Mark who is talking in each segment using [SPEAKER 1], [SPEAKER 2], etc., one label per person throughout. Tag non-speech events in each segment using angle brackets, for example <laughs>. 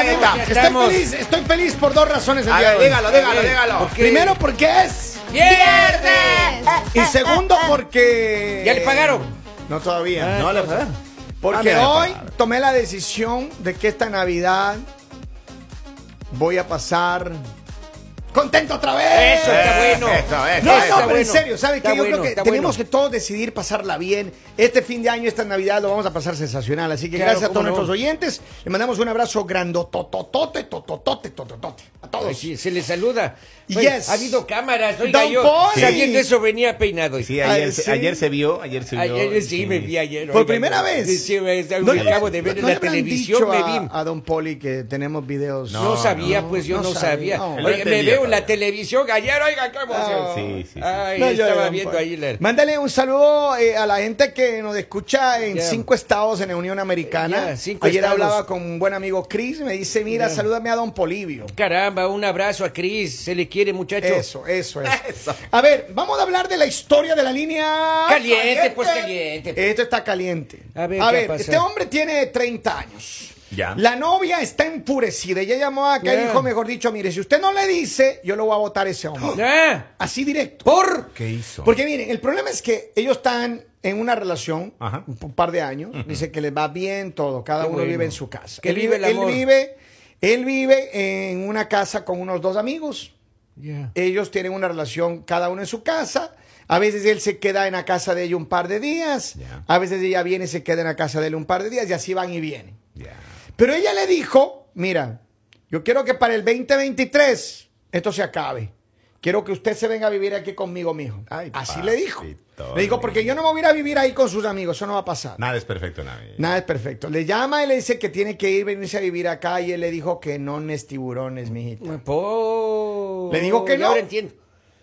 [SPEAKER 1] Estamos... Estoy, feliz, estoy feliz por dos razones. El
[SPEAKER 2] A
[SPEAKER 1] día
[SPEAKER 2] ver,
[SPEAKER 1] de hoy.
[SPEAKER 2] dígalo, dígalo, dígalo.
[SPEAKER 1] Ok. Primero, porque es.
[SPEAKER 2] ¡Viernes!
[SPEAKER 1] Y <laughs> segundo, porque.
[SPEAKER 2] ¿Ya le pagaron?
[SPEAKER 1] No, todavía. No,
[SPEAKER 2] No, le
[SPEAKER 1] porque
[SPEAKER 2] Ah, mira,
[SPEAKER 1] hoy
[SPEAKER 2] ya pagaron.
[SPEAKER 1] tomé la decisión de que esta Navidad voy a pasar. ¡Contento otra vez! Eh,
[SPEAKER 2] Eso está bueno.
[SPEAKER 3] Eso, eso,
[SPEAKER 1] No,
[SPEAKER 3] Ah,
[SPEAKER 1] no,
[SPEAKER 3] está
[SPEAKER 1] pero en serio, ¿sabes
[SPEAKER 2] Está
[SPEAKER 1] qué? Yo
[SPEAKER 2] bueno,
[SPEAKER 1] creo que
[SPEAKER 2] está
[SPEAKER 1] tenemos
[SPEAKER 2] bueno.
[SPEAKER 1] que todos decidir pasarla bien. Este fin de año, esta Navidad, lo vamos a pasar sensacional. Así que
[SPEAKER 2] Claro,
[SPEAKER 1] gracias a todos
[SPEAKER 2] cómo no.
[SPEAKER 1] nuestros oyentes. Le mandamos un abrazo grandotototote, tototote, tototote. A todos.
[SPEAKER 2] Ay, sí, se le saluda.
[SPEAKER 1] Yes.
[SPEAKER 2] Bueno, Ha habido cámaras, oiga
[SPEAKER 1] Don
[SPEAKER 2] yo.
[SPEAKER 1] Poli.
[SPEAKER 2] Sabiendo eso venía peinado.
[SPEAKER 3] Sí, ayer,
[SPEAKER 1] Ay,
[SPEAKER 3] se-
[SPEAKER 1] sí.
[SPEAKER 3] ayer se vio, ayer se vio.
[SPEAKER 2] Ayer sí, me vi ayer.
[SPEAKER 1] Por
[SPEAKER 2] oiga,
[SPEAKER 1] primera
[SPEAKER 2] yo.
[SPEAKER 1] vez.
[SPEAKER 2] Sí, sí, es algo
[SPEAKER 1] ¿No
[SPEAKER 2] que
[SPEAKER 1] le-
[SPEAKER 2] acabo de ver
[SPEAKER 1] no
[SPEAKER 2] en
[SPEAKER 1] le
[SPEAKER 2] la
[SPEAKER 1] habrán
[SPEAKER 2] televisión,
[SPEAKER 1] dicho
[SPEAKER 2] me
[SPEAKER 1] a,
[SPEAKER 2] vi.
[SPEAKER 1] a Don Poli que tenemos videos.
[SPEAKER 2] No, sabía, pues yo no, sabía.
[SPEAKER 1] No.
[SPEAKER 3] Lo
[SPEAKER 2] Oye, me
[SPEAKER 3] entendía,
[SPEAKER 2] veo en la
[SPEAKER 3] Pablo.
[SPEAKER 2] televisión ayer, oiga, qué emoción.
[SPEAKER 1] Ah.
[SPEAKER 3] Sí, sí, sí.
[SPEAKER 2] Ay,
[SPEAKER 1] No, yo era
[SPEAKER 2] estaba
[SPEAKER 1] Don
[SPEAKER 2] viendo
[SPEAKER 1] Poli.
[SPEAKER 2] ahí la...
[SPEAKER 1] Mándale un saludo eh, a la gente que nos escucha en
[SPEAKER 2] Ya.
[SPEAKER 1] cinco estados en la Unión Americana.
[SPEAKER 2] Ya, cinco
[SPEAKER 1] Ayer
[SPEAKER 2] estados.
[SPEAKER 1] hablaba con un buen amigo Chris, me dice, mira, salúdame a Don Polivio.
[SPEAKER 2] Caramba, un abrazo a Cris. Se le quiere, muchacho.
[SPEAKER 1] Eso, eso, eso. A ver, vamos a hablar de la historia de la línea.
[SPEAKER 2] Caliente, pues, caliente.
[SPEAKER 1] Esto está caliente.
[SPEAKER 2] A ver,
[SPEAKER 1] a
[SPEAKER 2] ¿qué
[SPEAKER 1] ver
[SPEAKER 2] pasa?
[SPEAKER 1] este hombre tiene 30 años.
[SPEAKER 3] Ya.
[SPEAKER 1] La novia está enfurecida. Ella llamó acá y
[SPEAKER 2] Ya.
[SPEAKER 1] dijo, mejor dicho, mire, si usted no le dice, yo lo voy a votar ese hombre.
[SPEAKER 2] Ah,
[SPEAKER 1] Así directo.
[SPEAKER 2] ¿Por?
[SPEAKER 3] ¿Qué hizo?
[SPEAKER 1] Porque miren, el problema es que ellos están en una relación
[SPEAKER 3] Ajá.
[SPEAKER 1] un par de años, dice que les va bien todo, cada
[SPEAKER 2] Qué
[SPEAKER 1] uno
[SPEAKER 2] bueno.
[SPEAKER 1] vive en su casa.
[SPEAKER 2] Que
[SPEAKER 1] él
[SPEAKER 2] vive el amor.
[SPEAKER 1] él vive, él vive en una casa con unos dos amigos.
[SPEAKER 2] Ya.
[SPEAKER 1] Ellos tienen una relación cada uno en su casa. A veces él se queda en la casa de ella un par de días.
[SPEAKER 3] Ya.
[SPEAKER 1] A veces ella viene y se queda en la casa de él un par de días y así van y vienen.
[SPEAKER 3] Ya.
[SPEAKER 1] Pero ella le dijo, mira, yo quiero que para el 2023 esto se acabe. Quiero que usted se venga a vivir aquí conmigo, mijo.
[SPEAKER 3] Ay,
[SPEAKER 1] Así le dijo.
[SPEAKER 3] papito
[SPEAKER 1] Le dijo, porque yo no me voy a ir a vivir ahí con sus amigos, eso no va a pasar.
[SPEAKER 3] Nada es perfecto, nada.
[SPEAKER 1] Nada es perfecto. Le llama y le dice que tiene que ir, venirse a vivir acá. Y él le dijo que no, es tiburones, mijita.
[SPEAKER 2] Por...
[SPEAKER 1] Le digo que no.
[SPEAKER 2] Ya Eh, pues, Ahora entiendo.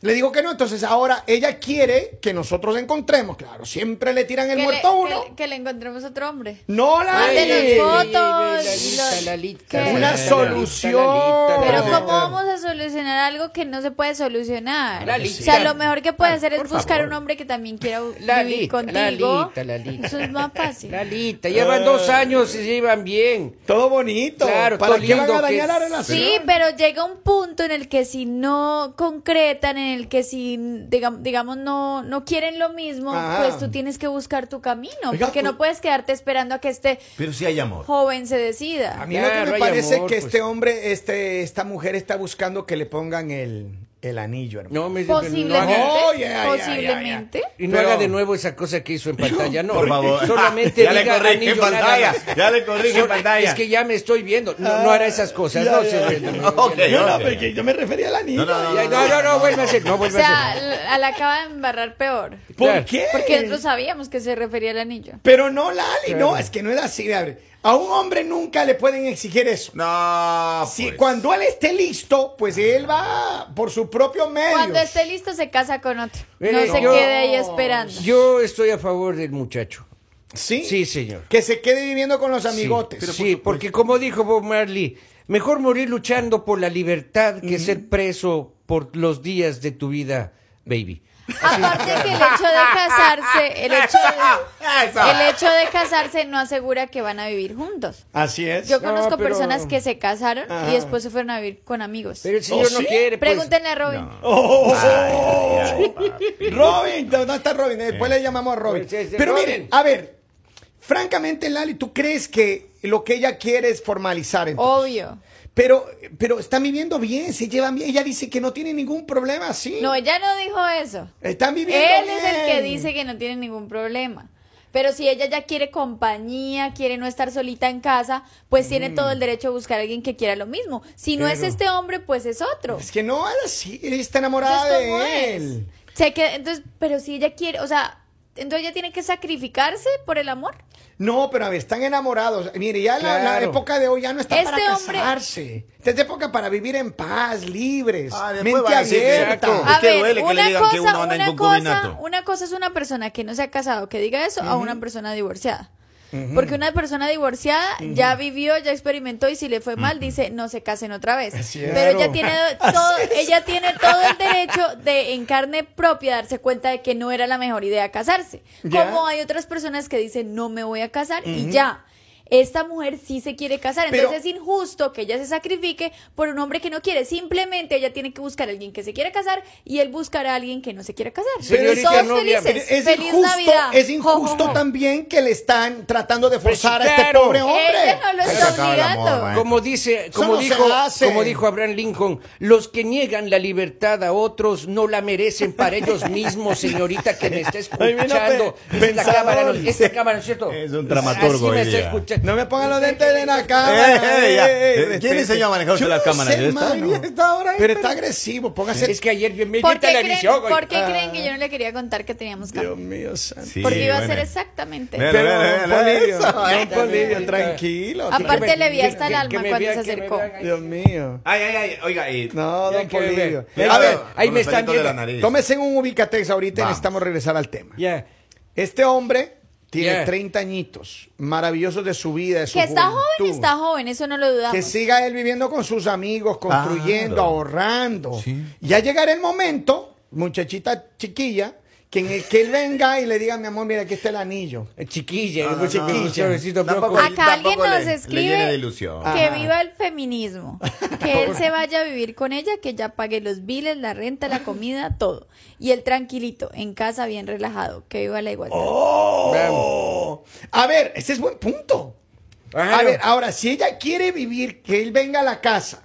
[SPEAKER 1] Le dijo que no, entonces ahora ella quiere que nosotros encontremos, claro. Siempre le tiran el
[SPEAKER 4] que,
[SPEAKER 1] muerto a
[SPEAKER 4] le,
[SPEAKER 1] uno.
[SPEAKER 4] que, que le encontremos otro hombre.
[SPEAKER 1] No la
[SPEAKER 4] Ay,
[SPEAKER 1] dejen.
[SPEAKER 4] Mándenos fotos.
[SPEAKER 2] Lalita,
[SPEAKER 4] Los-
[SPEAKER 2] Lalita,
[SPEAKER 4] ¿Qué?
[SPEAKER 2] Lalita,
[SPEAKER 1] Una
[SPEAKER 2] Lalita,
[SPEAKER 1] solución.
[SPEAKER 2] Lalita,
[SPEAKER 4] Pero
[SPEAKER 2] Lalita.
[SPEAKER 4] ¿cómo vamos a solucionar algo que no se puede solucionar?
[SPEAKER 2] La lista.
[SPEAKER 4] O sea, lo mejor que puedes hacer es
[SPEAKER 3] Por
[SPEAKER 4] buscar
[SPEAKER 3] favor.
[SPEAKER 4] un hombre que también quiera
[SPEAKER 2] La
[SPEAKER 4] vivir
[SPEAKER 2] lista, la
[SPEAKER 4] contigo.
[SPEAKER 2] lista, la lista.
[SPEAKER 4] Eso es más fácil.
[SPEAKER 2] Lalita, llevan dos años y se llevan bien.
[SPEAKER 1] Todo bonito.
[SPEAKER 2] Claro,
[SPEAKER 1] ¿Para
[SPEAKER 2] todo
[SPEAKER 1] qué van a
[SPEAKER 2] lindo que
[SPEAKER 1] dañar la
[SPEAKER 2] es.
[SPEAKER 1] relación?
[SPEAKER 4] Sí, pero llega un punto en el que si no concretan, en el que si, digam- digamos, no, no quieren lo mismo,
[SPEAKER 2] Ah.
[SPEAKER 1] Ajá.
[SPEAKER 4] pues tú tienes que buscar tu camino,
[SPEAKER 1] Oiga,
[SPEAKER 4] porque
[SPEAKER 1] pues-
[SPEAKER 4] no puedes quedarte esperando a que este
[SPEAKER 3] Pero sí hay amor.
[SPEAKER 4] joven se decida.
[SPEAKER 1] A mí lo
[SPEAKER 2] Claro,
[SPEAKER 1] que me
[SPEAKER 2] hay
[SPEAKER 1] parece
[SPEAKER 2] amor,
[SPEAKER 1] es que
[SPEAKER 2] pues.
[SPEAKER 1] este hombre, este, esta mujer está buscando que le pongan el, el anillo, hermano.
[SPEAKER 2] No me "Pues, no
[SPEAKER 4] Posiblemente.
[SPEAKER 2] haga,
[SPEAKER 1] No, ya, ya,
[SPEAKER 4] posiblemente.
[SPEAKER 2] y no
[SPEAKER 1] Pero-
[SPEAKER 2] haga de nuevo esa cosa que hizo
[SPEAKER 3] <laughs>
[SPEAKER 2] en pantalla, no.
[SPEAKER 3] Por favor.
[SPEAKER 2] <laughs> Solamente
[SPEAKER 3] Ya le
[SPEAKER 2] diga
[SPEAKER 3] corrige en
[SPEAKER 2] anillo nada
[SPEAKER 3] pantalla,
[SPEAKER 2] más.
[SPEAKER 3] ya le corrige en
[SPEAKER 2] Sol-
[SPEAKER 3] pantalla.
[SPEAKER 2] Es que ya me estoy viendo. No, no hará esas cosas.
[SPEAKER 1] Ya,
[SPEAKER 2] no,
[SPEAKER 1] ya,
[SPEAKER 2] se-
[SPEAKER 1] ya.
[SPEAKER 2] no,
[SPEAKER 3] Ok.
[SPEAKER 2] ya,
[SPEAKER 1] No, no,
[SPEAKER 3] Ya, ya,
[SPEAKER 1] porque
[SPEAKER 3] ya.
[SPEAKER 1] yo me refería al
[SPEAKER 3] No,
[SPEAKER 1] anillo.
[SPEAKER 3] no, no,
[SPEAKER 2] ya, no, no, no, vuelve a hacer. No <laughs>
[SPEAKER 4] O
[SPEAKER 2] vuelve a
[SPEAKER 4] sea,
[SPEAKER 2] hacer.
[SPEAKER 4] l- a la acaba de embarrar peor.
[SPEAKER 1] ¿Por
[SPEAKER 2] Claro.
[SPEAKER 1] qué?
[SPEAKER 4] Porque nosotros sabíamos que se refería al anillo.
[SPEAKER 1] Pero no, Lali, no,
[SPEAKER 2] Claro.
[SPEAKER 1] es que no es así. A, ver, a un hombre nunca le pueden exigir eso.
[SPEAKER 3] No.
[SPEAKER 1] Si
[SPEAKER 3] pues.
[SPEAKER 1] cuando él esté listo, pues él va por su propio medio.
[SPEAKER 4] Cuando esté listo se casa con otro. No
[SPEAKER 2] Mire,
[SPEAKER 4] se
[SPEAKER 2] Eh, yo-
[SPEAKER 4] quede ahí esperando.
[SPEAKER 2] Yo estoy a favor del muchacho.
[SPEAKER 1] Sí.
[SPEAKER 2] Sí, señor.
[SPEAKER 1] Que se quede viviendo con los amigotes.
[SPEAKER 2] Sí, sí, porque como dijo Bob Marley, mejor morir luchando por la libertad que ser preso por los días de tu vida, baby.
[SPEAKER 4] Aparte que el hecho de casarse, el hecho
[SPEAKER 2] <laughs>
[SPEAKER 4] de, el hecho de casarse no asegura que van a vivir juntos.
[SPEAKER 1] Así es.
[SPEAKER 4] Yo
[SPEAKER 2] No,
[SPEAKER 4] conozco
[SPEAKER 2] pero-
[SPEAKER 4] personas que se casaron
[SPEAKER 1] Ajá.
[SPEAKER 4] y después se fueron a vivir con amigos.
[SPEAKER 2] Pero el señor
[SPEAKER 1] ¿Oh,
[SPEAKER 2] no
[SPEAKER 1] sí?
[SPEAKER 2] quiere. pues.
[SPEAKER 4] Pregúntenle a Robin.
[SPEAKER 1] Oh,
[SPEAKER 3] Ay, ay, papi.
[SPEAKER 1] Robin, ¿dónde está Robin? eh, Después le llamamos a Robin.
[SPEAKER 2] Pues ese
[SPEAKER 1] Pero
[SPEAKER 2] Robin.
[SPEAKER 1] miren, a ver, francamente, Lali, ¿tú crees que lo que ella quiere es formalizar? entonces?
[SPEAKER 4] Obvio.
[SPEAKER 1] Pero, pero están viviendo bien, se llevan bien. Ella dice que no tiene ningún problema, sí.
[SPEAKER 4] No, ella no dijo eso.
[SPEAKER 1] están viviendo
[SPEAKER 4] Él
[SPEAKER 1] bien.
[SPEAKER 4] es el que dice que no tiene ningún problema. Pero si ella ya quiere compañía, quiere no estar solita en casa, pues tiene todo
[SPEAKER 1] Mm.
[SPEAKER 4] el derecho a buscar a alguien que quiera lo mismo. Si no es
[SPEAKER 2] Claro.
[SPEAKER 4] este hombre, pues es otro.
[SPEAKER 1] Es que no, es así, ella está
[SPEAKER 4] Entonces,
[SPEAKER 1] enamorada
[SPEAKER 4] ¿cómo
[SPEAKER 1] de
[SPEAKER 4] es?
[SPEAKER 1] él.
[SPEAKER 4] Se queda- entonces, pero si ella quiere, o sea, entonces ella tiene que sacrificarse por el amor.
[SPEAKER 1] No, pero a ver, están enamorados. Mire, ya la- la,
[SPEAKER 2] Claro.
[SPEAKER 1] época de hoy ya no está
[SPEAKER 4] Este
[SPEAKER 1] para
[SPEAKER 4] hombre-
[SPEAKER 1] casarse. Esta es época para vivir en paz, libres,
[SPEAKER 3] Ah, después
[SPEAKER 1] mente
[SPEAKER 3] va a decir que-
[SPEAKER 1] abierta.
[SPEAKER 3] Exacto. Es
[SPEAKER 4] A
[SPEAKER 3] que
[SPEAKER 4] ver,
[SPEAKER 3] duele que le
[SPEAKER 4] una
[SPEAKER 3] digan que
[SPEAKER 4] cosa,
[SPEAKER 3] uno anda en
[SPEAKER 4] una cosa,
[SPEAKER 3] concubinato.
[SPEAKER 4] una cosa es una persona que no se ha casado que diga eso a una persona divorciada. Porque una persona divorciada ya vivió, ya experimentó y si le fue mal dice no se casen otra vez.
[SPEAKER 1] Así es.
[SPEAKER 4] Pero
[SPEAKER 1] Claro. <laughs>
[SPEAKER 4] ella tiene todo, ella tiene todo el derecho de en carne propia darse cuenta de que no era la mejor idea casarse.
[SPEAKER 1] Ya.
[SPEAKER 4] Como hay otras personas que dicen no me voy a casar y ya. esta mujer sí se quiere casar.
[SPEAKER 1] Pero-
[SPEAKER 4] Entonces es injusto que ella se sacrifique por un hombre que no quiere. Simplemente ella tiene que buscar a alguien que se quiera casar y él buscará a alguien que no se quiere casar.
[SPEAKER 2] Señorita
[SPEAKER 4] Todos
[SPEAKER 2] novia,
[SPEAKER 4] felices.
[SPEAKER 1] Es
[SPEAKER 4] Feliz
[SPEAKER 1] injusto,
[SPEAKER 4] Navidad.
[SPEAKER 1] es injusto
[SPEAKER 4] Jo, jo, jo.
[SPEAKER 1] también que le están tratando de forzar a
[SPEAKER 2] Pues
[SPEAKER 1] este
[SPEAKER 2] claro.
[SPEAKER 1] pobre
[SPEAKER 4] <laughs> Ella
[SPEAKER 1] hombre.
[SPEAKER 4] no lo
[SPEAKER 3] Se
[SPEAKER 4] está
[SPEAKER 3] acaba el amor,
[SPEAKER 4] obligando.
[SPEAKER 3] man.
[SPEAKER 2] Como dice,
[SPEAKER 1] Eso
[SPEAKER 2] como
[SPEAKER 1] no se
[SPEAKER 2] dijo,
[SPEAKER 1] hace.
[SPEAKER 2] como dijo Abraham Lincoln, los que niegan la libertad a otros no la merecen para
[SPEAKER 1] <laughs>
[SPEAKER 2] ellos mismos, señorita que me está
[SPEAKER 1] Ay, mira,
[SPEAKER 2] escuchando.
[SPEAKER 1] pe-
[SPEAKER 2] Esta
[SPEAKER 1] pensador.
[SPEAKER 2] cámara, no, esta cámara, ¿no es cierto?
[SPEAKER 3] Es un dramaturgo
[SPEAKER 2] Así me
[SPEAKER 3] hoy
[SPEAKER 2] está
[SPEAKER 3] día.
[SPEAKER 2] escuchando.
[SPEAKER 1] No me pongan los dentes
[SPEAKER 4] <laughs>
[SPEAKER 1] de la
[SPEAKER 3] Eh,
[SPEAKER 1] cámara.
[SPEAKER 3] eh, ya.
[SPEAKER 1] ey, ey,
[SPEAKER 3] Eh, ¿Quién
[SPEAKER 1] respete.
[SPEAKER 3] enseñó a manejar
[SPEAKER 1] Yo
[SPEAKER 3] usted la
[SPEAKER 1] no
[SPEAKER 3] cámara?
[SPEAKER 1] sé,
[SPEAKER 3] Yo estaba-
[SPEAKER 1] mano.
[SPEAKER 3] estaba ahora ahí,
[SPEAKER 1] Pero está agresivo, póngase.
[SPEAKER 2] Es que ayer vi- vi
[SPEAKER 4] ¿Por qué, creen,
[SPEAKER 2] televisión, güey.
[SPEAKER 4] por qué creen que yo no le quería contar que teníamos cambio?
[SPEAKER 1] Dios mío, santo.
[SPEAKER 3] Sí,
[SPEAKER 4] Porque iba a
[SPEAKER 3] bueno.
[SPEAKER 4] ser exactamente.
[SPEAKER 3] Mira,
[SPEAKER 1] Pero,
[SPEAKER 3] mira, mira,
[SPEAKER 1] don
[SPEAKER 3] mira,
[SPEAKER 1] Polivio,
[SPEAKER 3] eso,
[SPEAKER 1] don
[SPEAKER 3] eh.
[SPEAKER 1] Polivio,
[SPEAKER 2] Ahorita.
[SPEAKER 1] tranquilo.
[SPEAKER 2] Que
[SPEAKER 4] Aparte
[SPEAKER 2] me-
[SPEAKER 4] le vi hasta
[SPEAKER 2] que-
[SPEAKER 4] el alma
[SPEAKER 2] que me
[SPEAKER 4] cuando
[SPEAKER 2] vean,
[SPEAKER 4] se
[SPEAKER 2] que me
[SPEAKER 4] acercó.
[SPEAKER 2] vean.
[SPEAKER 1] Dios mío.
[SPEAKER 3] Ay, ay, ay, oiga, y...
[SPEAKER 1] No,
[SPEAKER 2] Ya
[SPEAKER 1] don
[SPEAKER 2] que me
[SPEAKER 1] Polivio.
[SPEAKER 2] vean.
[SPEAKER 1] A
[SPEAKER 2] Ya,
[SPEAKER 1] ver,
[SPEAKER 2] ahí
[SPEAKER 3] Con
[SPEAKER 2] me
[SPEAKER 3] los pelitos
[SPEAKER 2] están
[SPEAKER 3] de la
[SPEAKER 2] viendo.
[SPEAKER 3] nariz.
[SPEAKER 1] tómese un ubicatex ahorita y
[SPEAKER 3] Vamos.
[SPEAKER 1] necesitamos regresar al tema.
[SPEAKER 2] Ya.
[SPEAKER 1] Este hombre tiene
[SPEAKER 2] Yeah.
[SPEAKER 1] 30 añitos, maravillosos de su vida, de su
[SPEAKER 4] Que está joven,
[SPEAKER 1] juventud.
[SPEAKER 4] está joven, eso no lo dudamos.
[SPEAKER 1] Que siga él viviendo con sus amigos, construyendo,
[SPEAKER 3] Claro.
[SPEAKER 1] ahorrando.
[SPEAKER 3] Sí.
[SPEAKER 1] Ya llegará el momento, muchachita chiquilla, que en el que él venga y le diga, mi amor, mira, aquí está el anillo.
[SPEAKER 2] Chiquilla,
[SPEAKER 3] No, no,
[SPEAKER 2] chiquilla,
[SPEAKER 3] no.
[SPEAKER 2] sobrecito,
[SPEAKER 3] Tampoco-
[SPEAKER 2] brócoli.
[SPEAKER 4] Acá alguien
[SPEAKER 3] tampoco
[SPEAKER 4] nos
[SPEAKER 3] le- le llene
[SPEAKER 4] escribe
[SPEAKER 3] de ilusión.
[SPEAKER 2] Ah,
[SPEAKER 4] que
[SPEAKER 1] Ajá.
[SPEAKER 4] viva el feminismo, que él se vaya a vivir con ella, que ya pague los biles, la renta, la comida, todo. Y él tranquilito, en casa, bien relajado, que viva la igualdad.
[SPEAKER 1] Oh. A ver, ese es buen punto.
[SPEAKER 2] Claro.
[SPEAKER 1] A ver, ahora, si ella quiere vivir, que él venga a la casa,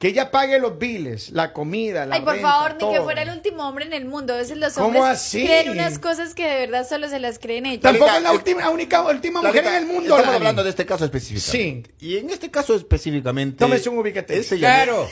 [SPEAKER 1] que ella pague los biles, la comida, la
[SPEAKER 4] Ay, por
[SPEAKER 1] renta,
[SPEAKER 4] favor, ni que
[SPEAKER 1] todo.
[SPEAKER 4] fuera el último hombre en el mundo. A veces los
[SPEAKER 1] ¿Cómo
[SPEAKER 4] hombres
[SPEAKER 1] así?
[SPEAKER 4] creen unas cosas que de verdad solo se las creen ellos.
[SPEAKER 1] Tampoco
[SPEAKER 3] Clarita,
[SPEAKER 1] es la
[SPEAKER 3] eh,
[SPEAKER 1] última, la única última mujer en
[SPEAKER 3] Clarita,
[SPEAKER 1] el mundo.
[SPEAKER 3] Estamos
[SPEAKER 1] Lali.
[SPEAKER 3] hablando de este caso específicamente. Sí. Y en este caso específicamente.
[SPEAKER 1] Tómese un Ubicatex.
[SPEAKER 3] Este llamó-
[SPEAKER 2] Claro.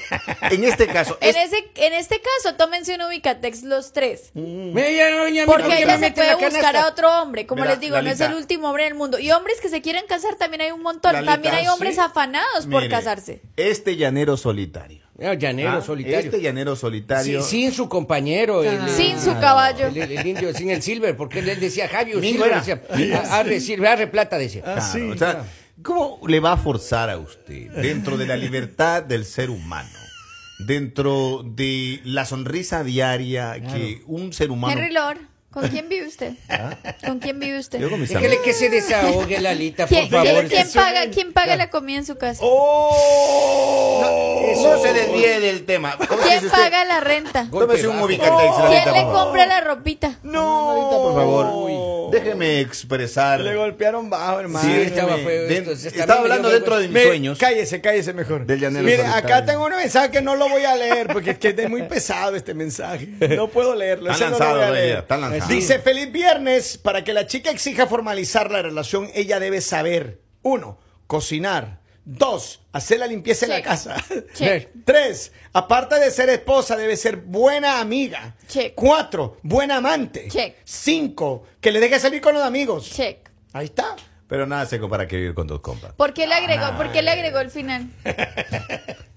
[SPEAKER 3] <laughs> En este caso.
[SPEAKER 4] En,
[SPEAKER 3] es-
[SPEAKER 4] ese, en este caso, tómense un ubicatex los tres.
[SPEAKER 2] Mira, doña, mira,
[SPEAKER 4] Porque
[SPEAKER 2] que
[SPEAKER 4] ella
[SPEAKER 2] me
[SPEAKER 4] se
[SPEAKER 2] mete la
[SPEAKER 4] puede buscar
[SPEAKER 2] canasta.
[SPEAKER 4] a otro hombre. Como
[SPEAKER 3] Mira,
[SPEAKER 4] les digo, no es
[SPEAKER 3] Lalita.
[SPEAKER 4] el último hombre del mundo. Y hombres que se quieren casar también hay un montón.
[SPEAKER 3] Lalita,
[SPEAKER 4] también hay hombres
[SPEAKER 3] sí.
[SPEAKER 4] afanados por
[SPEAKER 3] Mire,
[SPEAKER 4] casarse.
[SPEAKER 3] Este llanero solitario.
[SPEAKER 2] No, llanero,
[SPEAKER 3] Ah,
[SPEAKER 2] solitario.
[SPEAKER 3] Este llanero solitario.
[SPEAKER 2] Sin, sin su compañero. el-
[SPEAKER 4] Sin
[SPEAKER 2] el-
[SPEAKER 4] su caballo.
[SPEAKER 2] El, el indio, sin el silver, porque él, él decía, Javier,
[SPEAKER 3] Mingo
[SPEAKER 2] silver,
[SPEAKER 3] era.
[SPEAKER 2] decía, "Ah, arre, silver, arre, plata, decía.
[SPEAKER 3] Claro,
[SPEAKER 1] Ah, sí,
[SPEAKER 3] o sea, ¿cómo le va a forzar a usted dentro de la libertad del ser humano? Dentro de la sonrisa diaria que un ser humano.
[SPEAKER 4] Henry Lord, ¿con quién vive usted? ¿Con quién vive usted?
[SPEAKER 3] Ah. Yo con mis
[SPEAKER 2] Déjele
[SPEAKER 3] amigos.
[SPEAKER 2] que se desahogue, Lalita, por
[SPEAKER 4] ¿Quién,
[SPEAKER 2] favor.
[SPEAKER 4] quién- quién
[SPEAKER 2] Eso-
[SPEAKER 4] paga, quién paga la comida en su casa?
[SPEAKER 3] Oh,
[SPEAKER 1] ¡Oh!
[SPEAKER 3] No se desvíe del tema. ¿Cómo
[SPEAKER 4] ¿Quién
[SPEAKER 3] dice usted?
[SPEAKER 4] paga la renta?
[SPEAKER 2] Golpe
[SPEAKER 3] Tómese un
[SPEAKER 2] bajo.
[SPEAKER 3] ubicatex, Lalita,
[SPEAKER 4] ¿Quién le
[SPEAKER 3] por favor.
[SPEAKER 4] compra la ropita?
[SPEAKER 3] No, Lalita, por favor. Oh. Déjeme expresar.
[SPEAKER 1] Le golpearon bajo, hermano.
[SPEAKER 2] Sí,
[SPEAKER 1] Ay,
[SPEAKER 2] estaba
[SPEAKER 1] me-
[SPEAKER 2] feo
[SPEAKER 3] Den-
[SPEAKER 2] esto, se-
[SPEAKER 3] estaba
[SPEAKER 2] también me
[SPEAKER 3] hablando
[SPEAKER 2] dio
[SPEAKER 3] dentro de mis
[SPEAKER 1] me-
[SPEAKER 3] sueños.
[SPEAKER 1] Cállese, cállese mejor.
[SPEAKER 3] Del llanero
[SPEAKER 1] Mire,
[SPEAKER 3] solitario.
[SPEAKER 1] acá tengo un mensaje que no lo voy a leer porque es que es muy pesado este mensaje. No puedo leerlo.
[SPEAKER 3] Está
[SPEAKER 1] ese no lo voy a
[SPEAKER 3] lanzado,
[SPEAKER 1] leer.
[SPEAKER 3] ella, está lanzado.
[SPEAKER 1] Dice, feliz viernes. Para que la chica exija formalizar la relación, ella debe saber. Uno, cocinar. Dos, hacer la limpieza en la
[SPEAKER 4] Check.
[SPEAKER 1] casa. <laughs>
[SPEAKER 4] Check.
[SPEAKER 1] Tres, aparte de ser esposa, debe ser buena amiga.
[SPEAKER 4] Check.
[SPEAKER 1] Cuatro, buena amante.
[SPEAKER 4] Check.
[SPEAKER 1] Cinco, que le deje salir con los amigos.
[SPEAKER 4] Check.
[SPEAKER 1] Ahí está.
[SPEAKER 3] Pero nada se compara que vivir con dos compas.
[SPEAKER 4] ¿Por qué le agregó, por qué le agregó
[SPEAKER 3] <laughs>
[SPEAKER 4] el final?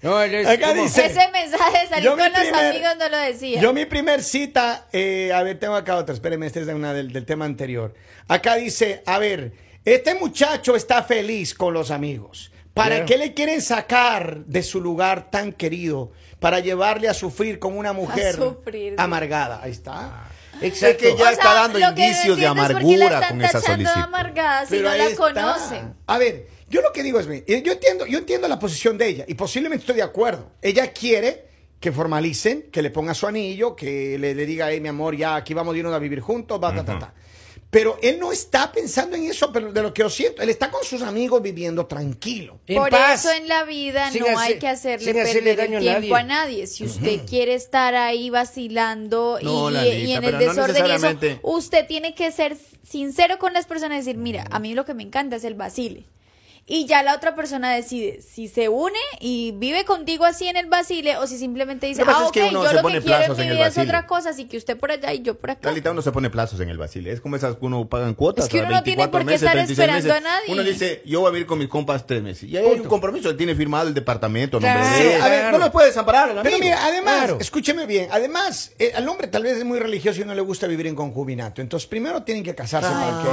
[SPEAKER 2] No, él es
[SPEAKER 1] Acá
[SPEAKER 2] como-
[SPEAKER 1] dice- Sí.
[SPEAKER 4] Ese mensaje de salir
[SPEAKER 1] Yo
[SPEAKER 4] con
[SPEAKER 1] mi
[SPEAKER 4] los
[SPEAKER 1] primer-
[SPEAKER 4] amigos no lo decía.
[SPEAKER 1] Yo mi primer cita, eh, a ver, tengo acá otra, espérenme, esta es de una del, del tema anterior. Acá dice, a ver, este muchacho está feliz con los amigos. ¿Para
[SPEAKER 2] Claro.
[SPEAKER 1] qué le quieren sacar de su lugar tan querido para llevarle a sufrir con una mujer
[SPEAKER 4] sufrir, sí.
[SPEAKER 1] amargada? Ahí está.
[SPEAKER 2] Exacto.
[SPEAKER 3] Es que ya- está dando
[SPEAKER 4] lo que no
[SPEAKER 3] indicios de
[SPEAKER 4] entiendo es por qué la
[SPEAKER 3] amargura
[SPEAKER 4] están
[SPEAKER 3] con esa
[SPEAKER 4] tachando de
[SPEAKER 3] solicitud.
[SPEAKER 4] amargada si
[SPEAKER 1] Pero
[SPEAKER 4] no
[SPEAKER 1] ahí
[SPEAKER 4] la
[SPEAKER 1] está.
[SPEAKER 4] conocen.
[SPEAKER 1] A ver, yo lo que digo es, mire, yo entiendo, yo entiendo la posición de ella y posiblemente estoy de acuerdo. Ella quiere que formalicen, que le ponga su anillo, que le, le diga, hey, mi amor, ya aquí vamos de irnos a vivir juntos, va, ta, ta, ta. Pero él no está pensando en eso, pero de lo que yo siento, él está con sus amigos viviendo tranquilo.
[SPEAKER 2] En
[SPEAKER 4] Por
[SPEAKER 2] paz.
[SPEAKER 4] eso en la vida
[SPEAKER 2] Sin
[SPEAKER 4] no hay
[SPEAKER 2] hacer-
[SPEAKER 4] que hacerle
[SPEAKER 2] sin
[SPEAKER 4] perder
[SPEAKER 2] hacerle daño a
[SPEAKER 4] el tiempo a
[SPEAKER 2] nadie.
[SPEAKER 4] nadie. Si usted quiere estar ahí vacilando y-
[SPEAKER 3] No,
[SPEAKER 4] y,
[SPEAKER 3] Lalita,
[SPEAKER 4] y en el
[SPEAKER 3] pero no
[SPEAKER 4] desorden y eso,
[SPEAKER 3] necesariamente.
[SPEAKER 4] usted tiene que ser sincero con las personas y decir, mira, a mí lo que me encanta es el vacile. Y ya la otra persona decide si se une y vive contigo así en el vacile o si simplemente dice,
[SPEAKER 3] Lo que pasa
[SPEAKER 4] ah,
[SPEAKER 3] es
[SPEAKER 4] ok,
[SPEAKER 3] que uno
[SPEAKER 4] yo
[SPEAKER 3] se
[SPEAKER 4] lo que
[SPEAKER 3] pone
[SPEAKER 4] quiero en
[SPEAKER 3] plazos
[SPEAKER 4] mi
[SPEAKER 3] en el
[SPEAKER 4] vida es
[SPEAKER 3] vacile.
[SPEAKER 4] otra cosa, así que usted por allá y yo por acá.
[SPEAKER 3] Lalita, uno se pone plazos en el Basile. Es como esas que uno pagan cuotas.
[SPEAKER 4] Es que
[SPEAKER 3] a
[SPEAKER 4] uno no tiene
[SPEAKER 3] 24
[SPEAKER 4] por qué
[SPEAKER 3] meses,
[SPEAKER 4] estar
[SPEAKER 3] 36
[SPEAKER 4] esperando
[SPEAKER 3] meses.
[SPEAKER 4] a nadie.
[SPEAKER 3] Uno dice, yo voy a vivir con mis compas tres meses. Y ahí hay un compromiso. Él tiene firmado el departamento. a nombre
[SPEAKER 2] Claro.
[SPEAKER 3] de él.
[SPEAKER 2] A ver, no lo
[SPEAKER 3] puede desamparar.
[SPEAKER 1] Pero mira, además,
[SPEAKER 2] Claro.
[SPEAKER 1] escúcheme bien, además, eh, al hombre tal vez es muy religioso y no le gusta vivir en concubinato. Entonces, primero tienen que casarse
[SPEAKER 4] Ay,
[SPEAKER 1] para que...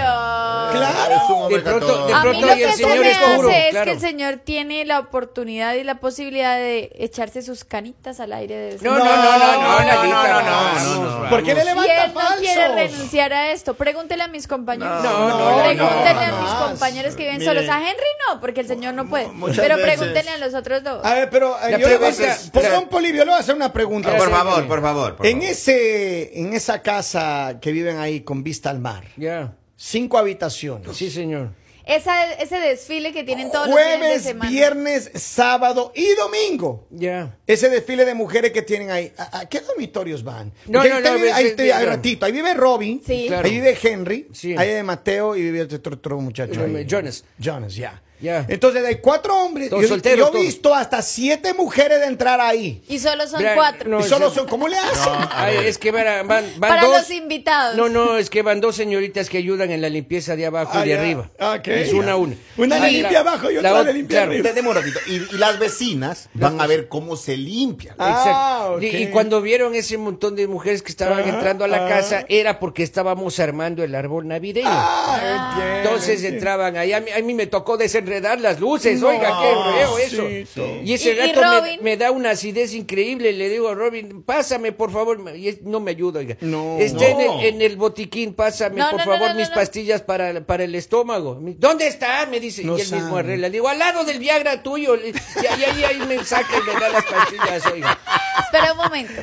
[SPEAKER 3] ah.
[SPEAKER 4] por Dios.
[SPEAKER 1] Claro.
[SPEAKER 3] Es un hombre
[SPEAKER 2] De pronto-
[SPEAKER 3] católico.
[SPEAKER 2] de
[SPEAKER 4] A mí
[SPEAKER 2] pronto
[SPEAKER 4] lo
[SPEAKER 2] y el
[SPEAKER 4] que se
[SPEAKER 2] señor
[SPEAKER 4] me
[SPEAKER 2] es puro,
[SPEAKER 4] hace es
[SPEAKER 2] claro.
[SPEAKER 4] que el señor tiene la oportunidad y la posibilidad de echarse sus canitas al aire de
[SPEAKER 2] No, no, no, no, no, Nadita,
[SPEAKER 3] no, no,
[SPEAKER 2] vamos,
[SPEAKER 3] no, no.
[SPEAKER 1] ¿Por qué le
[SPEAKER 2] vamos.
[SPEAKER 4] Y
[SPEAKER 1] levanta
[SPEAKER 4] él no quiere
[SPEAKER 1] falsos?
[SPEAKER 4] renunciar a esto. Pregúntele a mis compañeros.
[SPEAKER 2] No, no, no,
[SPEAKER 4] Pregúntele
[SPEAKER 1] no,
[SPEAKER 4] a mis
[SPEAKER 1] no.
[SPEAKER 4] compañeros que viven
[SPEAKER 3] Mire.
[SPEAKER 4] solos. A Henry no, porque el señor no puede.
[SPEAKER 3] muchas
[SPEAKER 4] Pero
[SPEAKER 3] veces-
[SPEAKER 4] pregúntenle a los otros dos.
[SPEAKER 1] A ver, pero eh,
[SPEAKER 2] Ah. La
[SPEAKER 1] yo le voy a
[SPEAKER 2] pregunta-
[SPEAKER 1] hacer- perdón,
[SPEAKER 2] la-
[SPEAKER 1] Polivio, le voy a hacer una pregunta.
[SPEAKER 3] No, Ah, por favor, por favor. por
[SPEAKER 1] en
[SPEAKER 3] favor.
[SPEAKER 1] ese, en esa casa que viven ahí con vista al mar,
[SPEAKER 2] Ya,
[SPEAKER 1] cinco habitaciones.
[SPEAKER 2] sí, señor.
[SPEAKER 4] Esa- ese desfile que tienen todos los fines de
[SPEAKER 1] Jueves,
[SPEAKER 4] semana.
[SPEAKER 1] viernes, sábado y domingo.
[SPEAKER 2] Ya.
[SPEAKER 1] Ese desfile de mujeres que tienen ahí. ¿A, a qué dormitorios van?
[SPEAKER 2] No,
[SPEAKER 1] Porque
[SPEAKER 2] no,
[SPEAKER 1] ahí, está-
[SPEAKER 2] no,
[SPEAKER 1] ahí
[SPEAKER 2] es- es-
[SPEAKER 1] está- ahí
[SPEAKER 2] claro.
[SPEAKER 1] ratito. Ahí vive Robin,
[SPEAKER 4] Sí.
[SPEAKER 2] Claro.
[SPEAKER 1] ahí vive Henry,
[SPEAKER 2] Sí.
[SPEAKER 1] ahí vive Mateo y vive este otro, otro muchacho.
[SPEAKER 2] Eh,
[SPEAKER 1] ahí.
[SPEAKER 2] Jonas.
[SPEAKER 1] Jonas, ya.
[SPEAKER 2] Ya.
[SPEAKER 1] Entonces hay cuatro hombres.
[SPEAKER 2] Todos
[SPEAKER 1] yo,
[SPEAKER 2] solteros,
[SPEAKER 1] yo he
[SPEAKER 2] todos.
[SPEAKER 1] visto hasta siete mujeres de entrar ahí.
[SPEAKER 4] Y solo son
[SPEAKER 2] Bra-
[SPEAKER 4] cuatro.
[SPEAKER 2] no,
[SPEAKER 1] y solo
[SPEAKER 2] ese-
[SPEAKER 1] son, ¿cómo le hacen?
[SPEAKER 3] A
[SPEAKER 2] Ay,
[SPEAKER 3] ver.
[SPEAKER 2] es que van, van, van
[SPEAKER 4] Para
[SPEAKER 2] dos.
[SPEAKER 4] los invitados.
[SPEAKER 2] No, no, es que van dos señoritas que ayudan en la limpieza de abajo
[SPEAKER 1] Ah,
[SPEAKER 2] y de
[SPEAKER 1] ya.
[SPEAKER 2] arriba.
[SPEAKER 1] Ok.
[SPEAKER 2] Es una a una.
[SPEAKER 1] Una
[SPEAKER 2] Ahí
[SPEAKER 1] le limpia abajo y otra
[SPEAKER 2] la
[SPEAKER 1] le
[SPEAKER 2] ot-
[SPEAKER 1] limpia arriba.
[SPEAKER 3] Entendemos un ratito. Y, y las vecinas van a ver cómo se limpian.
[SPEAKER 1] Ah,
[SPEAKER 2] Exacto.
[SPEAKER 1] ok.
[SPEAKER 2] Y- Y, cuando vieron ese montón de mujeres que estaban entrando a la casa, era porque estábamos armando el árbol navideño.
[SPEAKER 1] Ah, entiendo,
[SPEAKER 2] Entonces
[SPEAKER 1] entiendo.
[SPEAKER 2] entraban ahí. A mí, a mí me tocó desenredar las luces.
[SPEAKER 1] No,
[SPEAKER 2] Oiga, qué feo eso.
[SPEAKER 1] sí,
[SPEAKER 2] Y ese
[SPEAKER 4] Y- y
[SPEAKER 2] gato me,
[SPEAKER 4] Robin.
[SPEAKER 2] me da una acidez increíble. Le digo a Robin, pásame, por favor. Y es- no me ayuda, oiga.
[SPEAKER 1] No.
[SPEAKER 2] Está en,
[SPEAKER 3] No.
[SPEAKER 2] el, en el botiquín, pásame,
[SPEAKER 4] No,
[SPEAKER 2] por
[SPEAKER 4] no, no,
[SPEAKER 2] favor,
[SPEAKER 4] no, no,
[SPEAKER 2] mis
[SPEAKER 4] no.
[SPEAKER 2] pastillas para, para el estómago. Mi- ¿Dónde está? Me dice.
[SPEAKER 1] No
[SPEAKER 2] y él mismo
[SPEAKER 1] sabe.
[SPEAKER 2] arregla. Digo, al lado del Viagra tuyo. Le- Y ahí, ahí, ahí me saca y me da las pastillas, oiga.
[SPEAKER 4] Espera un momento.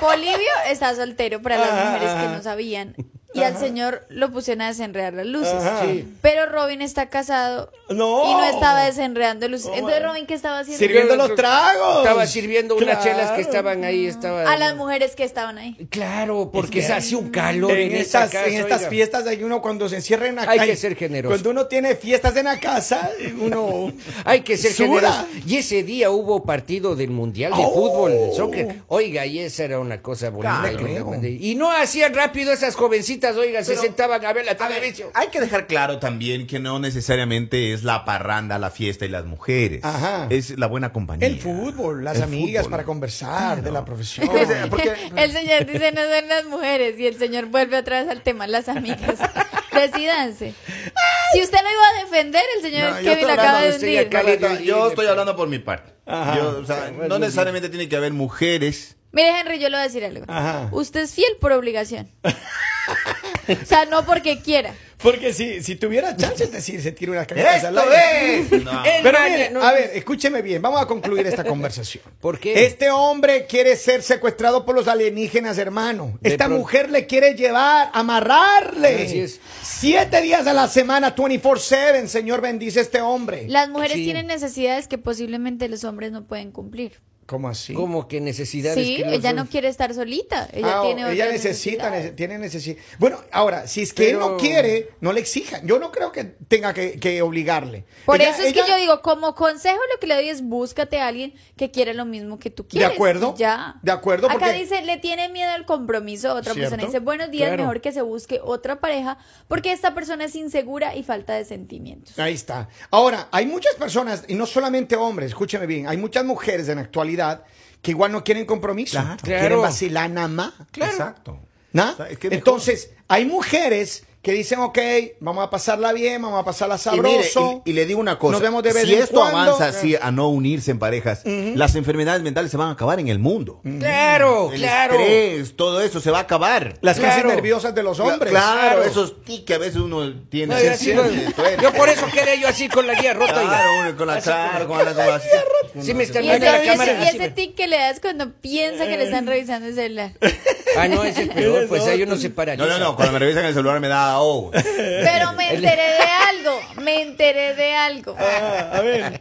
[SPEAKER 4] Polivio está soltero para las
[SPEAKER 1] Ajá,
[SPEAKER 4] mujeres que
[SPEAKER 1] ajá.
[SPEAKER 4] no sabían. Y al señor lo pusieron a desenredar las luces.
[SPEAKER 1] Ajá.
[SPEAKER 2] Sí.
[SPEAKER 4] Pero Robin está casado
[SPEAKER 1] No.
[SPEAKER 4] y no estaba desenredando luces. Entonces, Robin, ¿qué estaba haciendo?
[SPEAKER 1] Sirviendo los tragos.
[SPEAKER 2] Estaba sirviendo unas
[SPEAKER 1] Claro.
[SPEAKER 2] chelas que estaban ahí. Estaba...
[SPEAKER 4] A las mujeres que estaban ahí.
[SPEAKER 2] Claro, porque
[SPEAKER 1] Es
[SPEAKER 2] se
[SPEAKER 1] que-
[SPEAKER 2] hace un calor en,
[SPEAKER 1] En estas,
[SPEAKER 2] esa casa,
[SPEAKER 1] en estas
[SPEAKER 2] oiga.
[SPEAKER 1] fiestas hay uno cuando se encierra en la
[SPEAKER 2] Hay
[SPEAKER 1] ca-
[SPEAKER 2] que ser generoso.
[SPEAKER 1] Cuando uno tiene fiestas en la casa, uno
[SPEAKER 2] <laughs> Hay que ser
[SPEAKER 1] suda.
[SPEAKER 2] generosos. Y ese día hubo partido del Mundial de
[SPEAKER 1] Oh.
[SPEAKER 2] Fútbol, del soccer. Oiga, y esa era una cosa bonita.
[SPEAKER 1] Claro.
[SPEAKER 2] y, una- y no hacían rápido esas jovencitas, oiga, se
[SPEAKER 3] Pero-
[SPEAKER 2] sentaban a ver la
[SPEAKER 3] A ver,
[SPEAKER 2] televisión.
[SPEAKER 3] hay que dejar claro también que no necesariamente es la parranda, la fiesta y las mujeres.
[SPEAKER 1] Ajá.
[SPEAKER 3] Es la buena compañía.
[SPEAKER 1] El fútbol, las
[SPEAKER 3] El
[SPEAKER 1] amigas
[SPEAKER 3] fútbol.
[SPEAKER 1] para conversar de la profesión.
[SPEAKER 3] Entonces, ¿por qué?
[SPEAKER 4] <laughs> El señor dice no son las mujeres y el señor vuelve otra vez al tema, las amigas. Decídanse. Si usted lo iba a defender, el señor
[SPEAKER 3] No, yo
[SPEAKER 4] Kevin
[SPEAKER 3] estoy
[SPEAKER 4] lo acaba de
[SPEAKER 2] hablando de
[SPEAKER 4] hundir.
[SPEAKER 2] usted y acá-
[SPEAKER 3] Carlita,
[SPEAKER 2] de-
[SPEAKER 3] yo
[SPEAKER 2] de-
[SPEAKER 3] estoy hablando por mi parte.
[SPEAKER 1] pues. Ajá.
[SPEAKER 3] Yo, o sea, no necesariamente tiene que haber mujeres.
[SPEAKER 4] Mire, Henry, yo le voy a decir algo.
[SPEAKER 1] Ajá.
[SPEAKER 4] Usted es fiel por obligación. o sea, no porque quiera.
[SPEAKER 1] Porque si, si tuviera chance, es decir, se
[SPEAKER 2] <laughs>
[SPEAKER 1] tira unas cañas al
[SPEAKER 3] ¡Esto
[SPEAKER 1] aire.
[SPEAKER 3] es!
[SPEAKER 1] <laughs>
[SPEAKER 3] No.
[SPEAKER 2] El
[SPEAKER 1] Pero
[SPEAKER 2] baño,
[SPEAKER 1] mire,
[SPEAKER 2] no-
[SPEAKER 1] a ver, escúcheme bien, vamos a concluir
[SPEAKER 2] <laughs>
[SPEAKER 1] esta conversación.
[SPEAKER 2] ¿Por qué?
[SPEAKER 1] Este hombre quiere ser secuestrado por los alienígenas, hermano.
[SPEAKER 2] De
[SPEAKER 1] Esta
[SPEAKER 2] pronto.
[SPEAKER 1] mujer le quiere llevar, amarrarle.
[SPEAKER 2] Así es.
[SPEAKER 1] Siete días a la semana, 24-7, Señor bendice a este hombre.
[SPEAKER 4] Las mujeres
[SPEAKER 2] Sí.
[SPEAKER 4] tienen necesidades que posiblemente los hombres no pueden cumplir.
[SPEAKER 1] ¿Cómo así?
[SPEAKER 2] Como que necesidades.
[SPEAKER 4] Sí,
[SPEAKER 2] que
[SPEAKER 4] ella
[SPEAKER 2] son-
[SPEAKER 4] no quiere estar solita. Ella
[SPEAKER 1] Ah,
[SPEAKER 4] tiene
[SPEAKER 1] ella
[SPEAKER 4] otras
[SPEAKER 1] necesita,
[SPEAKER 4] necesidades.
[SPEAKER 1] nece- tiene necesidad. Bueno, ahora, si es que él no
[SPEAKER 2] Pero-
[SPEAKER 1] quiere, no le exijan. Yo no creo que tenga que, que obligarle.
[SPEAKER 4] Por
[SPEAKER 1] Ella-
[SPEAKER 4] eso es
[SPEAKER 1] ella-
[SPEAKER 4] que yo digo, como consejo lo que le doy es búscate a alguien que quiera lo mismo que tú quieres.
[SPEAKER 1] acuerdo,
[SPEAKER 4] y Ya.
[SPEAKER 1] de acuerdo,
[SPEAKER 4] Acá
[SPEAKER 1] porque-
[SPEAKER 4] dice, le tiene miedo al compromiso. Otra persona
[SPEAKER 1] ¿Cierto?
[SPEAKER 4] dice, buenos días,
[SPEAKER 2] Claro.
[SPEAKER 4] mejor que se busque otra pareja porque esta persona es insegura y falta de sentimientos.
[SPEAKER 1] Ahí está. Ahora, hay muchas personas, y no solamente hombres, escúcheme bien, hay muchas mujeres en la actualidad que igual no quieren compromiso.
[SPEAKER 3] Claro.
[SPEAKER 1] Quieren
[SPEAKER 2] Claro.
[SPEAKER 1] vacilar nada más.
[SPEAKER 3] Exacto.
[SPEAKER 1] ¿na?
[SPEAKER 3] O sea, es que es mejor.
[SPEAKER 1] Entonces, hay mujeres que dicen, ok, vamos a pasarla bien, vamos a pasarla
[SPEAKER 3] Y mire,
[SPEAKER 1] sabroso.
[SPEAKER 3] Y, y le digo una cosa,
[SPEAKER 1] Nos vemos de vez
[SPEAKER 3] si
[SPEAKER 1] en
[SPEAKER 3] esto
[SPEAKER 1] cuando.
[SPEAKER 3] avanza así a no unirse en parejas, las enfermedades mentales se van a acabar en el mundo.
[SPEAKER 1] Mm.
[SPEAKER 2] Claro,
[SPEAKER 3] El
[SPEAKER 2] claro.
[SPEAKER 3] estrés, todo eso se va a acabar.
[SPEAKER 1] Las crisis
[SPEAKER 2] Claro.
[SPEAKER 1] nerviosas de los hombres.
[SPEAKER 3] Claro,
[SPEAKER 2] Claro.
[SPEAKER 3] esos tics que a veces uno tiene.
[SPEAKER 2] No, yo, así no- yo por eso quedé yo así con la guía rota. oiga.
[SPEAKER 3] Claro, uno con la claro, con la- con la-
[SPEAKER 2] Sí me están
[SPEAKER 4] Y,
[SPEAKER 2] viendo
[SPEAKER 4] entonces-
[SPEAKER 2] la cámara.
[SPEAKER 4] y
[SPEAKER 2] así
[SPEAKER 4] ese
[SPEAKER 2] me-
[SPEAKER 4] tic que le das cuando piensa que le están revisando
[SPEAKER 1] <laughs>
[SPEAKER 4] el celular.
[SPEAKER 2] Ah, no, ese es peor, pues ahí uno se paraliza.
[SPEAKER 3] No, no, no, cuando me revisan el celular me da oh.
[SPEAKER 4] Pero me enteré de algo, me enteré de algo.
[SPEAKER 1] Ah,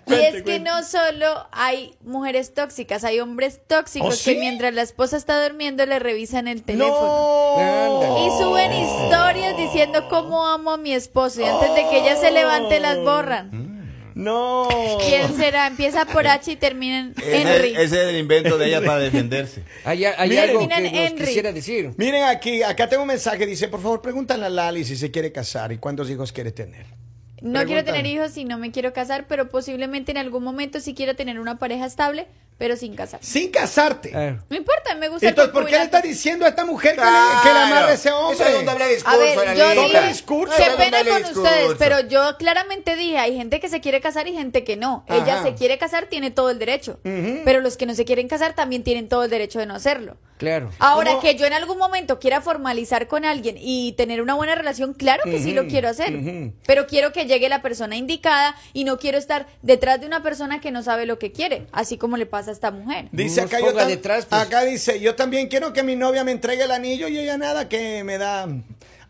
[SPEAKER 4] Y es que no solo hay mujeres tóxicas, hay hombres tóxicos
[SPEAKER 1] ¿Oh, sí?
[SPEAKER 4] que mientras la esposa está durmiendo le revisan el teléfono.
[SPEAKER 1] No.
[SPEAKER 2] Ándale.
[SPEAKER 4] Y suben historias diciendo cómo amo a mi esposo y antes de que ella se levante las borran.
[SPEAKER 1] No.
[SPEAKER 4] ¿Quién será? Empieza por H y termina en
[SPEAKER 3] Ese,
[SPEAKER 4] Henry.
[SPEAKER 3] ese es el invento de ella para
[SPEAKER 1] <laughs>
[SPEAKER 3] defenderse.
[SPEAKER 2] Hay, hay
[SPEAKER 1] Miren,
[SPEAKER 2] algo que
[SPEAKER 4] miren,
[SPEAKER 2] nos
[SPEAKER 4] Henry.
[SPEAKER 2] quisiera decir.
[SPEAKER 1] Miren aquí, acá tengo un mensaje, dice, por favor, pregúntale a Lali si se quiere casar y cuántos hijos quiere tener.
[SPEAKER 4] No quiero
[SPEAKER 1] Pregúntame.
[SPEAKER 4] tener hijos y no me quiero casar, pero posiblemente en algún momento sí quiera tener una pareja estable, pero sin casarse.
[SPEAKER 1] Sin casarte.
[SPEAKER 2] Eh,
[SPEAKER 4] No importa, me gusta el
[SPEAKER 1] Entonces, ¿por qué le
[SPEAKER 4] concubinato.
[SPEAKER 1] está diciendo a esta mujer que, le, que la amarre a ese hombre?
[SPEAKER 3] Eso es un doble
[SPEAKER 4] A
[SPEAKER 3] discurso,
[SPEAKER 4] ver, yo
[SPEAKER 3] Analita.
[SPEAKER 1] doble
[SPEAKER 4] dije,
[SPEAKER 1] discurso.
[SPEAKER 4] qué
[SPEAKER 3] Eso es un
[SPEAKER 4] pena
[SPEAKER 3] doble
[SPEAKER 4] con
[SPEAKER 3] discurso.
[SPEAKER 4] ustedes, pero yo claramente dije, hay gente que se quiere casar y gente que no. Ella
[SPEAKER 1] Ajá.
[SPEAKER 4] se quiere casar, tiene todo el derecho. Pero los que no se quieren casar también tienen todo el derecho de no hacerlo.
[SPEAKER 2] claro.
[SPEAKER 3] Ah.
[SPEAKER 4] Ahora,
[SPEAKER 1] ¿Cómo?
[SPEAKER 4] que yo en algún momento quiera formalizar con alguien y tener una buena relación, claro que sí lo quiero hacer. Pero quiero que llegue la persona indicada y no quiero estar detrás de una persona que no sabe lo que quiere, así como le pasa a esta mujer.
[SPEAKER 1] Dice
[SPEAKER 2] Nos
[SPEAKER 1] acá, yo
[SPEAKER 2] ponga
[SPEAKER 1] tam-
[SPEAKER 2] detrás, pues.
[SPEAKER 1] acá dice, yo también quiero que mi novia me entregue el anillo y ella nada que me da.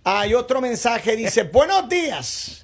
[SPEAKER 1] Hay otro mensaje,
[SPEAKER 2] <laughs>
[SPEAKER 1] dice, buenos días.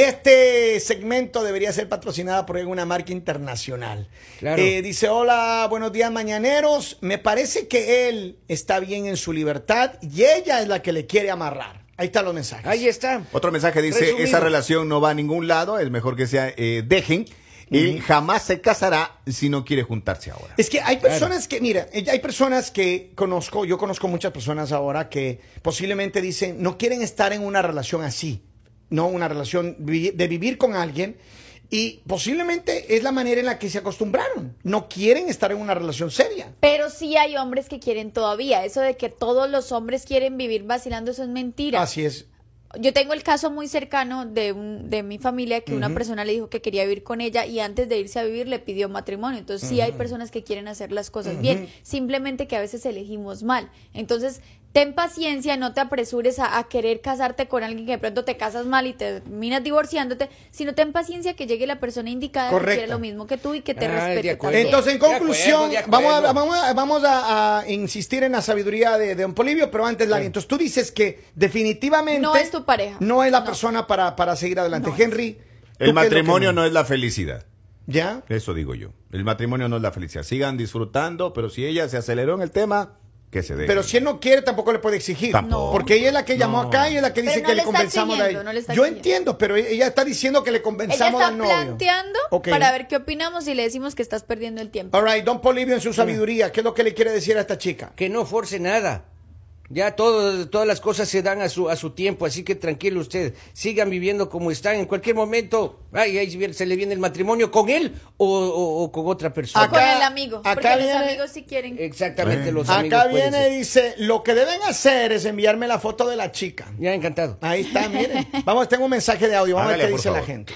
[SPEAKER 1] Este segmento debería ser patrocinado por alguna marca internacional.
[SPEAKER 2] Claro.
[SPEAKER 1] Eh, dice, hola, buenos días mañaneros. Me parece que él está bien en su libertad y ella es la que le quiere amarrar. Ahí están los mensajes.
[SPEAKER 2] Ahí está.
[SPEAKER 3] Otro mensaje dice,
[SPEAKER 2] Resumido.
[SPEAKER 3] esa relación no va a ningún lado, es mejor que sea, eh, dejen. Y jamás se casará si no quiere juntarse ahora.
[SPEAKER 1] Es que hay personas que, mira, eh, hay personas que conozco, yo conozco muchas personas ahora que posiblemente dicen, no quieren estar en una relación así, ¿no? Una relación vi- de vivir con alguien. Y posiblemente es la manera en la que se acostumbraron. No quieren estar en una relación seria.
[SPEAKER 4] Pero sí hay hombres que quieren todavía. Eso de que todos los hombres quieren vivir vacilando, eso es mentira.
[SPEAKER 1] Así es.
[SPEAKER 4] Yo tengo el caso muy cercano de, un- de mi familia que una persona le dijo que quería vivir con ella y antes de irse a vivir le pidió matrimonio. Entonces sí hay personas que quieren hacer las cosas bien, simplemente que a veces elegimos mal. Entonces ten paciencia, no te apresures a, a querer casarte con alguien que de pronto te casas mal y te terminas divorciándote, sino ten paciencia que llegue la persona indicada que quiere
[SPEAKER 1] Correcto.
[SPEAKER 4] lo mismo que tú y que te
[SPEAKER 2] Ah, de
[SPEAKER 4] respete.
[SPEAKER 2] acuerdo.
[SPEAKER 4] también.
[SPEAKER 1] Entonces, en
[SPEAKER 2] De acuerdo,
[SPEAKER 1] conclusión,
[SPEAKER 2] de acuerdo.
[SPEAKER 1] vamos, a, vamos, a, vamos a- a insistir en la sabiduría de, de Don Polivio, pero antes, Lani, entonces tú dices que definitivamente...
[SPEAKER 4] No es tu pareja.
[SPEAKER 1] No es la
[SPEAKER 4] No.
[SPEAKER 1] persona para, para seguir adelante.
[SPEAKER 4] No es.
[SPEAKER 1] Henry. ¿tú qué es
[SPEAKER 3] El
[SPEAKER 1] lo que
[SPEAKER 3] matrimonio no es la felicidad.
[SPEAKER 1] ¿Ya?
[SPEAKER 3] Eso digo yo. El matrimonio no es la felicidad. Sigan disfrutando, pero si ella se aceleró en el tema, que se dé.
[SPEAKER 1] Pero si él no quiere, tampoco le puede exigir.
[SPEAKER 3] Este, Tampoco.
[SPEAKER 1] Porque ella es la que llamó
[SPEAKER 3] No.
[SPEAKER 1] acá y es la que
[SPEAKER 4] Pero
[SPEAKER 1] dice
[SPEAKER 4] no
[SPEAKER 1] que
[SPEAKER 4] le
[SPEAKER 1] le
[SPEAKER 4] está
[SPEAKER 1] compensamos a
[SPEAKER 4] exigiendo,
[SPEAKER 1] ella.
[SPEAKER 4] no le está
[SPEAKER 1] Yo
[SPEAKER 4] exigiendo.
[SPEAKER 1] entiendo, pero ella está diciendo que le
[SPEAKER 4] Ella
[SPEAKER 1] compensamos
[SPEAKER 4] está
[SPEAKER 1] al novio.
[SPEAKER 4] planteando
[SPEAKER 1] Ok.
[SPEAKER 4] para ver qué opinamos y le decimos que estás perdiendo el tiempo.
[SPEAKER 1] All right, Don Polivio en su sabiduría, ¿qué es lo que le quiere decir a esta chica?
[SPEAKER 2] Que no force nada. Ya todo, todas las cosas se dan a su, a su tiempo, así que tranquilo usted. Sigan viviendo como están. En cualquier momento, ay, ahí se viene- se le viene el matrimonio con él o, o- o con otra persona.
[SPEAKER 4] O con
[SPEAKER 1] Acá-
[SPEAKER 4] el amigo.
[SPEAKER 1] acá
[SPEAKER 4] porque los
[SPEAKER 1] viene-
[SPEAKER 4] amigos sí quieren.
[SPEAKER 2] Exactamente, los amigos.
[SPEAKER 1] Acá
[SPEAKER 2] pueden
[SPEAKER 1] viene
[SPEAKER 2] ser.
[SPEAKER 1] y dice, lo que deben hacer es enviarme la foto de la chica. <laughs>
[SPEAKER 2] Ya encantado.
[SPEAKER 1] Ahí está,
[SPEAKER 4] <laughs>
[SPEAKER 1] miren. Vamos, tengo un mensaje de audio, vamos a ver
[SPEAKER 3] Hágale,
[SPEAKER 1] qué
[SPEAKER 3] por
[SPEAKER 1] dice la
[SPEAKER 3] favor.
[SPEAKER 1] gente.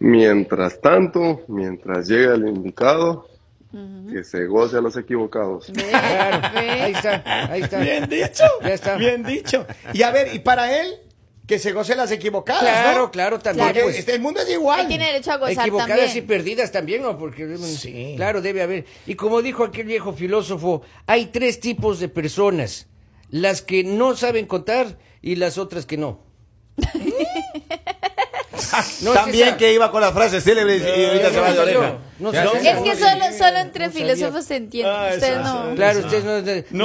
[SPEAKER 5] Mientras tanto, mientras llega el indicado, que se goce a los equivocados.
[SPEAKER 4] Ve,
[SPEAKER 2] Claro,
[SPEAKER 4] ve.
[SPEAKER 2] ahí está, ahí está.
[SPEAKER 1] Bien dicho.
[SPEAKER 2] Ya está.
[SPEAKER 1] Bien dicho. Y a ver, y para él, que se goce las equivocadas,
[SPEAKER 2] Claro,
[SPEAKER 1] ¿no?
[SPEAKER 2] claro, también,
[SPEAKER 1] Porque
[SPEAKER 2] pues.
[SPEAKER 1] este, el mundo es igual.
[SPEAKER 4] Él tiene derecho a gozar
[SPEAKER 2] Equivocadas y
[SPEAKER 4] también.
[SPEAKER 2] perdidas también, ¿no? Porque, mm,
[SPEAKER 1] Sí.
[SPEAKER 2] claro, debe haber. Y como dijo aquel viejo filósofo, hay tres tipos de personas. Las que no saben contar y las otras
[SPEAKER 3] <laughs>
[SPEAKER 2] que no. No,
[SPEAKER 3] También
[SPEAKER 2] César.
[SPEAKER 3] que iba con las frases célebres y ahorita
[SPEAKER 2] no,
[SPEAKER 3] se va de
[SPEAKER 2] no,
[SPEAKER 3] oreja.
[SPEAKER 2] no,
[SPEAKER 3] Ya
[SPEAKER 2] no,
[SPEAKER 3] sé.
[SPEAKER 4] Es que
[SPEAKER 2] Sí,
[SPEAKER 4] solo, solo entre
[SPEAKER 2] no sabía.
[SPEAKER 4] filósofos se entiende.
[SPEAKER 1] Ah,
[SPEAKER 4] ustedes
[SPEAKER 1] eso,
[SPEAKER 4] no,
[SPEAKER 1] eso.
[SPEAKER 2] Claro, ustedes no,
[SPEAKER 1] No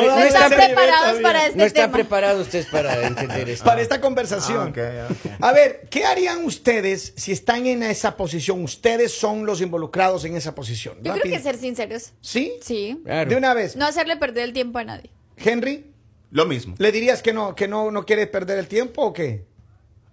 [SPEAKER 2] no- no
[SPEAKER 1] debe ser
[SPEAKER 4] están
[SPEAKER 2] están,
[SPEAKER 1] nivel
[SPEAKER 4] preparados
[SPEAKER 1] todavía.
[SPEAKER 4] para este
[SPEAKER 2] no están
[SPEAKER 4] tema.
[SPEAKER 2] preparados ustedes para entender esto.
[SPEAKER 1] para esta conversación.
[SPEAKER 3] Ah, ok, ok.
[SPEAKER 1] A ver, ¿qué harían ustedes si están en esa posición? Ustedes son los involucrados en esa posición.
[SPEAKER 4] Yo creo
[SPEAKER 1] Rápido.
[SPEAKER 4] que ser sinceros.
[SPEAKER 1] ¿Sí?
[SPEAKER 4] Sí.
[SPEAKER 2] Claro.
[SPEAKER 1] De una vez.
[SPEAKER 4] No hacerle perder el tiempo a nadie.
[SPEAKER 1] Henry,
[SPEAKER 3] Lo mismo.
[SPEAKER 1] ¿le dirías que no, que no, no quieres perder el tiempo o qué?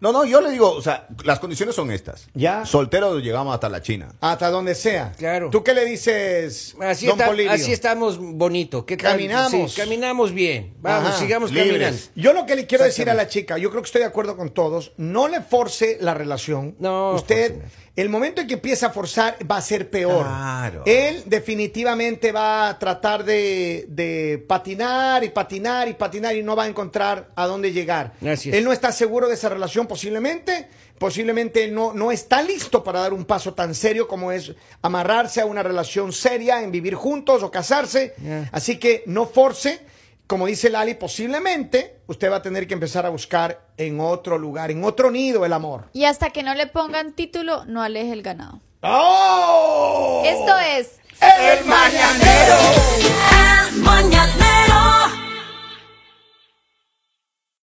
[SPEAKER 3] No, no, yo le digo, o sea, las condiciones son estas.
[SPEAKER 1] Ya.
[SPEAKER 3] Solteros llegamos hasta la China.
[SPEAKER 1] Hasta donde sea.
[SPEAKER 2] Claro.
[SPEAKER 1] ¿Tú qué le dices,
[SPEAKER 2] Así,
[SPEAKER 1] don
[SPEAKER 2] está-
[SPEAKER 1] Polibio?
[SPEAKER 2] así estamos bonito. ¿Qué tal?
[SPEAKER 1] Caminamos.
[SPEAKER 2] Sí, caminamos bien. Vamos,
[SPEAKER 1] Ajá,
[SPEAKER 2] sigamos caminando.
[SPEAKER 3] libres.
[SPEAKER 1] Yo lo que le quiero decir a la chica, yo creo que estoy de acuerdo con todos, no le force la relación.
[SPEAKER 2] No,
[SPEAKER 1] Usted,
[SPEAKER 2] force
[SPEAKER 1] el momento en que empieza a forzar va a ser peor.
[SPEAKER 3] Claro.
[SPEAKER 1] Él definitivamente va a tratar de, de patinar y patinar y patinar y no va a encontrar a dónde llegar.
[SPEAKER 2] Así es.
[SPEAKER 1] Él no está seguro de esa relación posiblemente, posiblemente no, no está listo para dar un paso tan serio como es amarrarse a una relación seria, en vivir juntos o casarse.
[SPEAKER 2] Ya.
[SPEAKER 1] Así que no force, como dice Lali, posiblemente usted va a tener que empezar a buscar en otro lugar, en otro nido el amor.
[SPEAKER 4] Y hasta que no le pongan título, no aleje el ganado.
[SPEAKER 1] ¡Oh!